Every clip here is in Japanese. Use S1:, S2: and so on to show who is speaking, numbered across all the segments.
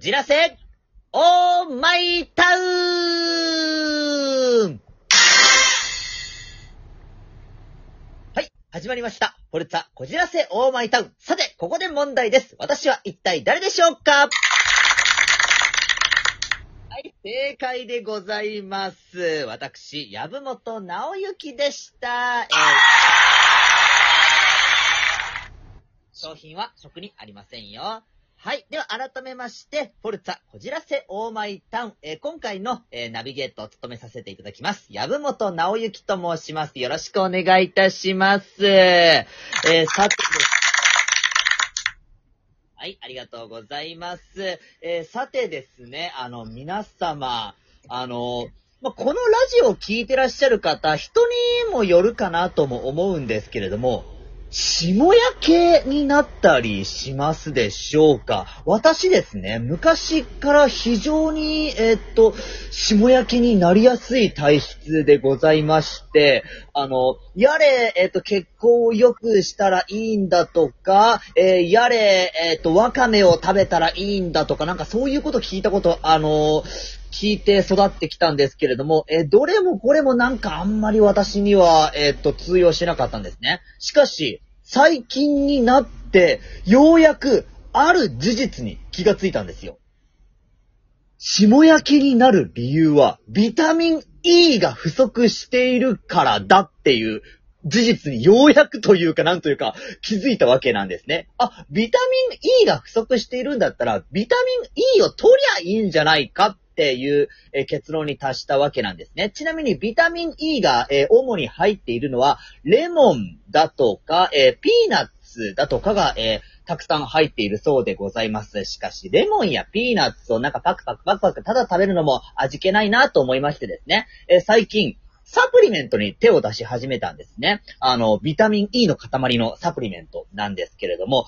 S1: じらせ、オーマイタウンはい、始まりました。フォルツァ、こじらせ、オーマイタウン。さて、ここで問題です。私は一体誰でしょうかはい、正解でございます。私、籔本直之でした。えー商品は食にありませんよ。はい。では、改めまして、フォルツァ、こじらせ、オーマイタウン。えー今回の、えーナビゲートを務めさせていただきます。籔本直之と申します。よろしくお願いいたします。えーさてですはい、ありがとうございます。えーさてですね、あの、皆様、あの、まあ、このラジオを聞いてらっしゃる方、人にもよるかなとも思うんですけれども、下焼けになったりしますでしょうか私ですね、昔から非常に、えーっと、下焼けになりやすい体質でございまして、あの、やれ、えーっと、血行を良くしたらいいんだとか、えーやれ、えーっと、わかめを食べたらいいんだとか、なんかそういうこと聞いたこと、あの、聞いて育ってきたんですけれども、えーどれもこれもなんかあんまり私には、えーっと、通用しなかったんですね。しかし、最近になって、ようやく、ある事実に気がついたんですよ。霜焼けになる理由は、ビタミン E が不足しているからだっていう、事実にようやくというかなんというか気づいたわけなんですね。あ、ビタミン E が不足しているんだったら、ビタミン E を取りゃいいんじゃないかっていうえー結論に達したわけなんですね。ちなみにビタミン E が、えー主に入っているのは、レモンだとか、えーピーナッツだとかが、えーたくさん入っているそうでございます。しかし、レモンやピーナッツをなんかパクパクパクパクただ食べるのも味気ないなと思いましてですね、えー最近、サプリメントに手を出し始めたんですね。あの、ビタミン E の塊のサプリメントなんですけれども、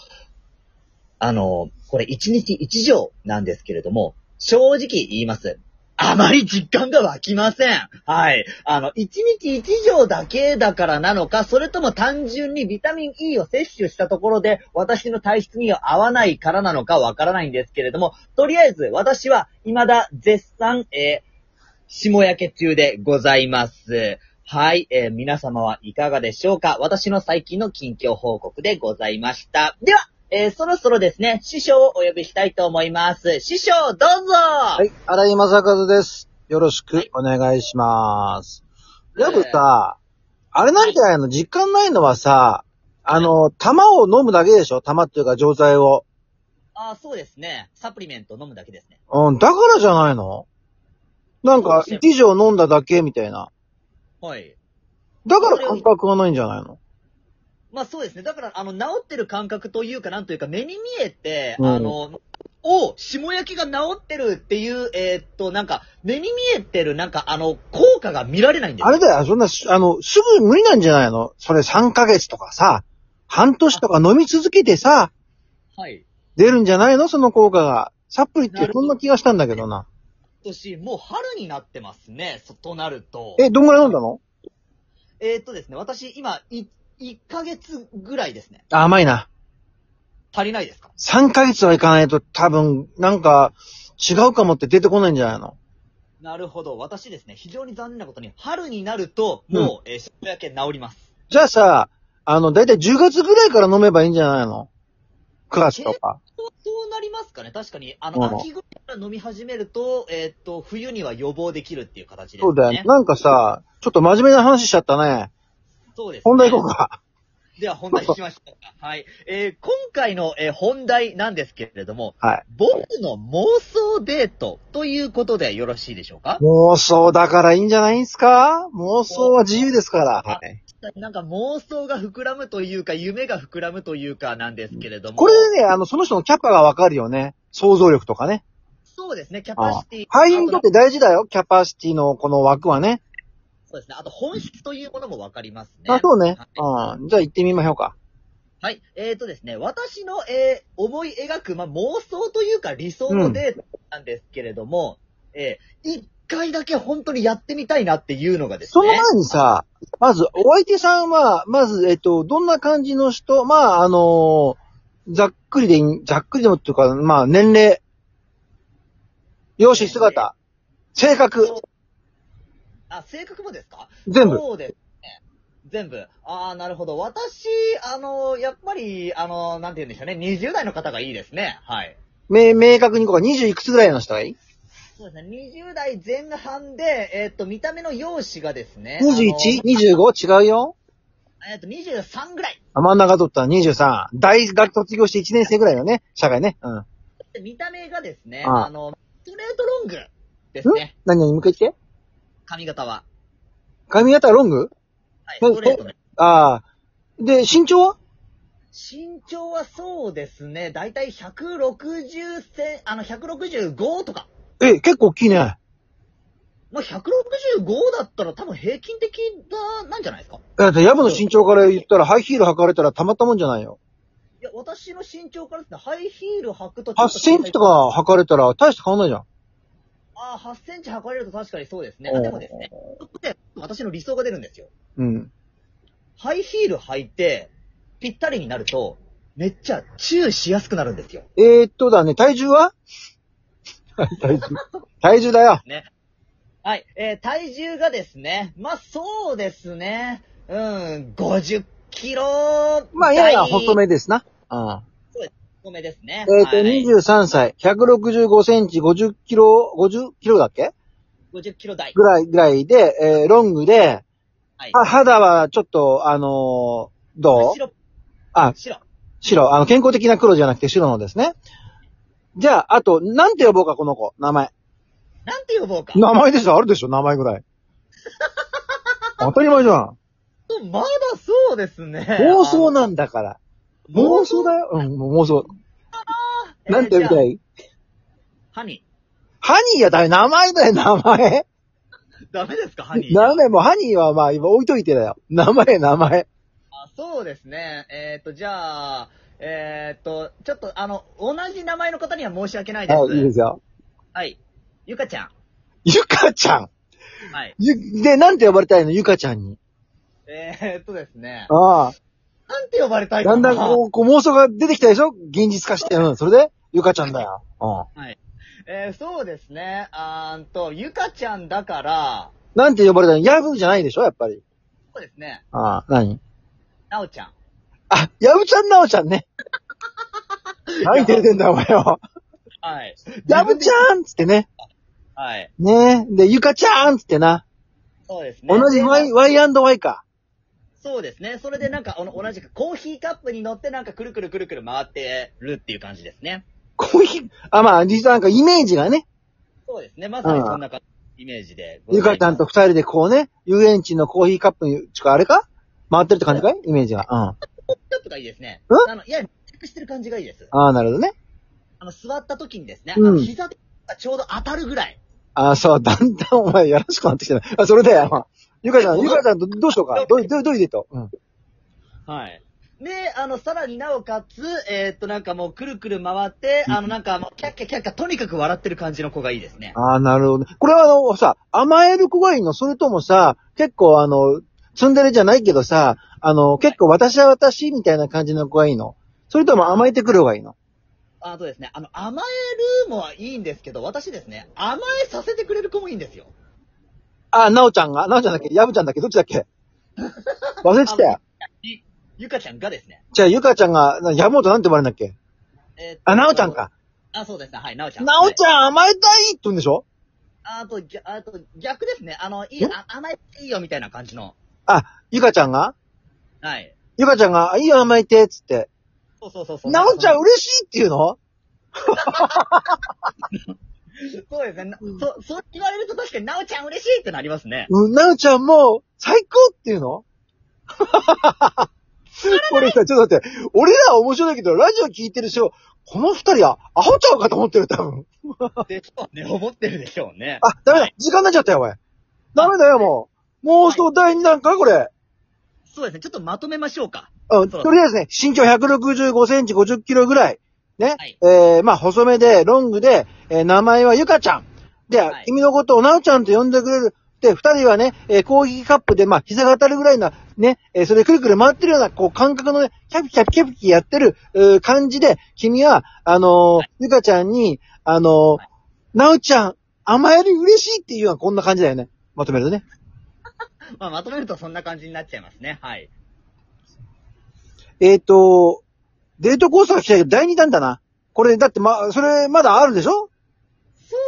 S1: あの、これ1日1錠なんですけれども、正直言います。あまり実感が湧きません。はい。あの、1日1錠だけだからなのか、それとも単純にビタミン E を摂取したところで、私の体質には合わないからなのかわからないんですけれども、とりあえず私は未だ絶賛、えー霜焼け中でございます。はい、えー皆様はいかがでしょうか私の最近の近況報告でございました。では、えーそろそろですね、師匠をお呼びしたいと思います。師匠、どうぞ
S2: はい、荒井正和です。よろしくお願いします。ラブさ、あれなんじゃないの実感ないのはさ、あの、玉を飲むだけでしょ玉っていうか錠剤を。
S1: あーそうですね。サプリメント飲むだけですね。
S2: うん、だからじゃないのなん
S1: そう
S2: か、
S1: ですね
S2: 一錠飲んだだけみたいな。
S1: はい。
S2: だから感覚がないんじゃないの
S1: まあそうですね。だから、あの、治ってる感覚というか、なんというか、目に見えて、
S2: うん
S1: あの、お、霜焼きが治ってるっていう、えーっと、なんか、目に見えてる、なんか、あの、効果が見られないんですよ
S2: あれだよ、そんな、あの、すぐ無理なんじゃないのそれ3ヶ月とかさ、半年とか飲み続けてさ、
S1: はい。
S2: 出るんじゃないのその効果が。サプリって
S1: なるほ
S2: そ
S1: ど
S2: んな気がしたんだけどな。
S1: 年、もう春になってますね、そとなると。
S2: え、どんぐらい飲んだの
S1: えーっとですね、私、今、い、1ヶ月ぐらいですね。
S2: あ甘いな。
S1: 足りないですか
S2: 3ヶ月はいかないと多分、なんか、違うかもって出てこないんじゃないの
S1: なるほど。私ですね、非常に残念なことに、春になると、もう、えー、霜焼け治ります。
S2: じゃあさ、あの、だいたい10月ぐらいから飲めばいいんじゃないの ?9 月とか。
S1: そう、そうなりますかね確かに、あ
S2: う
S1: の、
S2: ん
S1: 秋ぐらいから飲み始めると、えーっと、冬には予防できるっていう形ですね。
S2: そうだよ、なんかさ、ちょっと真面目な話しちゃったね。
S1: そうです、ね。
S2: 本題行こうか。
S1: では、本題行きましょうか。はい。えー今回の、えー本題なんですけれども、
S2: はい。
S1: 僕の妄想デートということでよろしいでしょうか
S2: 妄想だからいいんじゃないんすか妄想は自由ですから。はい。
S1: なんか妄想が膨らむというか、夢が膨らむというかなんですけれども。
S2: これでね、あの、その人のキャパがわかるよね。想像力とかね。
S1: そうですね、キャパシティ。
S2: 俳優にとっ
S1: あと
S2: て大事だよ。キャパシティのこの枠はね。
S1: そうですね。あと本質というものもわかりますね。
S2: あ、そうね
S1: は。
S2: うん。じゃあ行ってみましょうか。
S1: はい。えーとですね、私の、えー思い描く、まあ、妄想というか理想のデートなんですけれども、えー一回だけ本当にやってみたいなっていうのがです
S2: その
S1: ね。
S2: 前にさ、まず、お相手さんは、まず、えっと、どんな感じの人まあ、あのーざっくりでいい、ざっくりでもっていうか、まあ、年齢。容姿、姿、性格、
S1: あ、性格もですか
S2: 全部。
S1: そうですね。全部。ああ、なるほど。私、あの、やっぱり、あの、なんて言うんでしょうね。20代の方がいいですね。はい。
S2: 明明確にこう、20いくつぐらいの人がいい
S1: そうですね。20代前半で、えーっと、見た目の容姿がですね。あの
S2: ?21?25? 違うよ
S1: えーっと、23ぐらい。
S2: あ真ん中取ったら23。大学卒業して1年生ぐらいのね、社会ね。うん。
S1: 見た目がですね、
S2: ああ
S1: あの、ストレートロングですね。
S2: 何々、もう一回言って。
S1: 髪型は。
S2: 髪型ロング
S1: はい、
S2: え
S1: ストレートね。
S2: ああ。で、身長は
S1: 身長はそうですね。だいたい160セン、あの、165とか。
S2: え、結構大きいね。
S1: まあ、165だったら多分平均的だ、なんじゃないですか
S2: え、だってヤブの身長から言ったらハイヒール履かれたらたまったもんじゃないよ。
S1: いや、私の身長からですね、ハイヒール履くと
S2: 8センチと。か履かれたら大して変わんないじゃん。
S1: ああ、8センチ履かれると確かにそうですね。
S2: う
S1: あ
S2: ん
S1: でもですね、ここで私の理想が出るんですよ。
S2: うん。
S1: ハイヒール履いて、ぴったりになると、めっちゃチューしやすくなるんですよ。
S2: えー、っとだね、体重は 体重。体重だよ。
S1: はい、えー、体重がですね、まあそうですね、うん、50キロ。
S2: まあ、やや細。めですな。うん。
S1: 細めですね。
S2: えっ、と、
S1: はい、
S2: 23歳、165センチ、50キロ、50キロだっけ
S1: 50キロ台。
S2: ぐらい、ぐらいで、えーロングで、
S1: はい。
S2: あ肌はちょっと、あのーどう
S1: 白。
S2: あ、
S1: 白。
S2: 白。あの、健康的な黒じゃなくて白のですね。じゃあ、あと、なんて呼ぼうか、この子。名前。
S1: なんて呼ぼうか。
S2: 名前でしょあるでしょ名前 ぐらい。当たり前じゃん。
S1: まだそうですね。
S2: 妄想なんだから。
S1: あの
S2: 妄想だよ。うん、もう妄想。
S1: えー
S2: なんて呼び
S1: じゃ
S2: た
S1: あ
S2: い
S1: ハニ
S2: ハニーやだよ。名前だよ、名
S1: ー。
S2: 前。
S1: ダメですか、ハニー。
S2: ダメ、もうハニーはまあ今置いといてだよ。名前、名前。
S1: あそうですね。えっ、と、じゃあ、えっ、と、ちょっと、あの、同じ名前の方には申し訳ないです。
S2: はい、いいですよ。
S1: はい。ゆかちゃ
S2: ゆかちゃ
S1: ん。
S2: ん
S1: はい。
S2: ゆ、で、なんて呼ばれたいのゆかちゃんに。
S1: えっとですね。
S2: あ
S1: なんて呼ばれた
S2: あ。
S1: いかな
S2: だんだんこう、こう妄想が出てきたでしょ現実化して。うん、それでゆかちゃんだよ。う
S1: えーそうですね。あーんと、ゆかちゃんだから、
S2: ん。なんて呼ばれたいのヤブじゃないでしょやっぱり。
S1: そうですね。
S2: ああ、何
S1: なおちゃん。
S2: あ、ヤブちゃん、なおちゃんね。何て出てんだお前よ。
S1: はい。
S2: ヤブちゃんっつってね。
S1: はい。
S2: ねで、ゆかちゃんっつってな。
S1: そうですね。
S2: 同じ Y、Y&Y か。
S1: そうですね。それでなんか、おの同じくコーヒーカップに乗ってなんかくるくるくるくる回ってるっていう感じですね。
S2: コーヒー、あ、まあ、実はなんかイメージがね。
S1: そうですね。まさにそんなかイメージで。
S2: ゆかちゃんと。二人でこうね、遊園地のコーヒーカップに、ちかあれか回ってるって感じかいイメージが。うん。あ
S1: ちょっとがいいですね。
S2: ん
S1: あの、いや、チェックしてる感じがいいです。
S2: あ、なるほどね。
S1: あの、座った時にですね、
S2: うん
S1: あの膝とかちょうど当たるぐらい。
S2: ああ、そう、だんだんお前やらしくなってきたな。あ、それで、うんゆかちゃん、ゆかちゃんどどうしようか。どう、どう、どういうデートうん。
S1: はい。で、あの、さらになおかつ、えーっと、なんかもうくるくる回って、あの、なんかもう、キャッキャキャッキャ、とにかく笑ってる感じの子がいいですね。
S2: ああ、なるほど。これはあの、さ、甘える子がいいのそれともさ、結構あの、ツンデレじゃないけどさ、あの、結構私は私みたいな感じの子がいいのそれとも甘えてくる方がいいの
S1: あとですね、あの、甘えるもいいんですけど、私ですね、甘えさせてくれる子もいいんですよ。
S2: ああ、なおちゃんが、なおちゃんだっけやぶちゃんだっけどっちだ っけ忘れてたよ。
S1: ゆかちゃんがですね。
S2: じゃあ、ゆかちゃんが、なやぼうとなんて呼ばれるんだっけ
S1: えーっと
S2: あ、なおちゃん。か。
S1: あ、そうですね。はい、なおちゃん。
S2: なおち
S1: ゃん。
S2: ゃん甘えたいって言うんでしょ
S1: あと、ぎゃあと、逆ですね。あの、いい、
S2: ん
S1: あ甘えていいよみたいな感じの。
S2: あ、ゆかちゃんが
S1: はい。
S2: ゆかちゃんが、あいいよ甘えて、っつって。
S1: そうそうそうそう。
S2: なおちゃん
S1: そ
S2: 嬉しいって言うの
S1: うそうですね。なそ、そう言われると確かになおちゃん嬉しいってなります ね。
S2: うん、なおちゃんも、最高って言うの これさ、ちょっと待って、俺らは面白いけど、ラジオ聞いてる人、この二人は、アホちゃうかと思ってる、多分。
S1: でしょうね。思ってるでしょうね。
S2: あ、ダメ
S1: は
S2: だ
S1: い、
S2: 時間になっちゃったよ、おい。ダメだよ、もう。妄想第二弾か、これ。
S1: そうですね。ちょっとまとめましょうか。
S2: うん、
S1: そう
S2: とりあえずね、身長165センチ、50キロぐらい。ね。
S1: はい
S2: えー、まあ、細めで、ロングで、えー名前はゆかちゃん。で、
S1: はい
S2: 君のことをなおちゃんと呼んでくれる。で、二人はね、えーコーヒーカップで、まあ、膝が当たるぐらいな、ね、えーそれでくるくる回ってるような、こう、感覚のね、キャピキャピキャピキやってる、うー感じで、君は、あのー
S1: はい
S2: ゆかちゃんに、あのー
S1: はい
S2: なおちゃん、甘える嬉しいっていうのはこんな感じだよね。まとめるとね。
S1: まあ、まとめるとそんな感じになっちゃいますね。はい。
S2: えっ、と、デートコースは来たけど第2弾だな。これ、だってま、それまだあるでしょ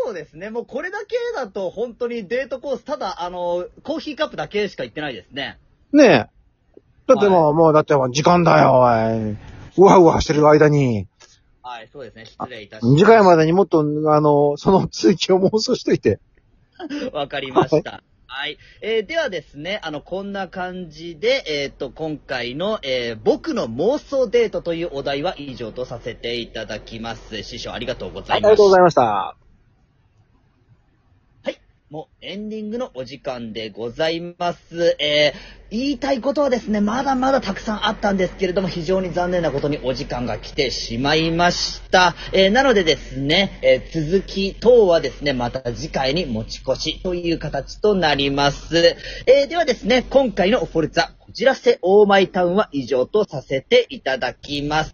S1: そうですね。もうこれだけだと本当にデートコース、ただ、あの、コーヒーカップだけしか行ってないですね。
S2: ねえ。だってもう、
S1: は
S2: もうだってもう時間だよ、おい。うわうわしてる間に、
S1: はい、そうですね。失礼いたしま
S2: 次
S1: し
S2: 回までにもっと、あの、その追記を妄想しといて。
S1: た。わかりました。はい。えーではですね、あの、こんな感じで、えっ、と、今回の、えー僕の妄想デートというお題は以上とさせていただきます。師匠、ありがとうござ
S2: あ
S1: い
S2: りが
S1: ま
S2: とうご
S1: す
S2: ざい。ました。
S1: もうエンディングのお時間でございます。えー、言いたいことはですね、まだまだたくさんあったんですけれども、非常に残念なことにお時間が来てしまいました。えー、なのでですね、えー続き等はですね、また次回に持ち越しという形となります。えー、ではですね、今回のフォルツァ、こじらせオーマイタウンは以上とさせていただきます。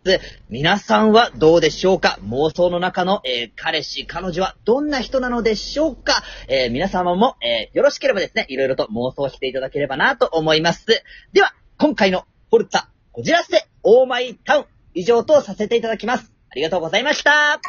S1: 皆さんはどうでしょうか妄想の中の、えー彼氏、彼女はどんな人なのでしょうか、えー皆様も、えーよろしければですね、いろいろと妄想していただければなと思います。では、今回のフォルツァ、こじらせオーマイタウン、以上とさせていただきます。ありがとうございました。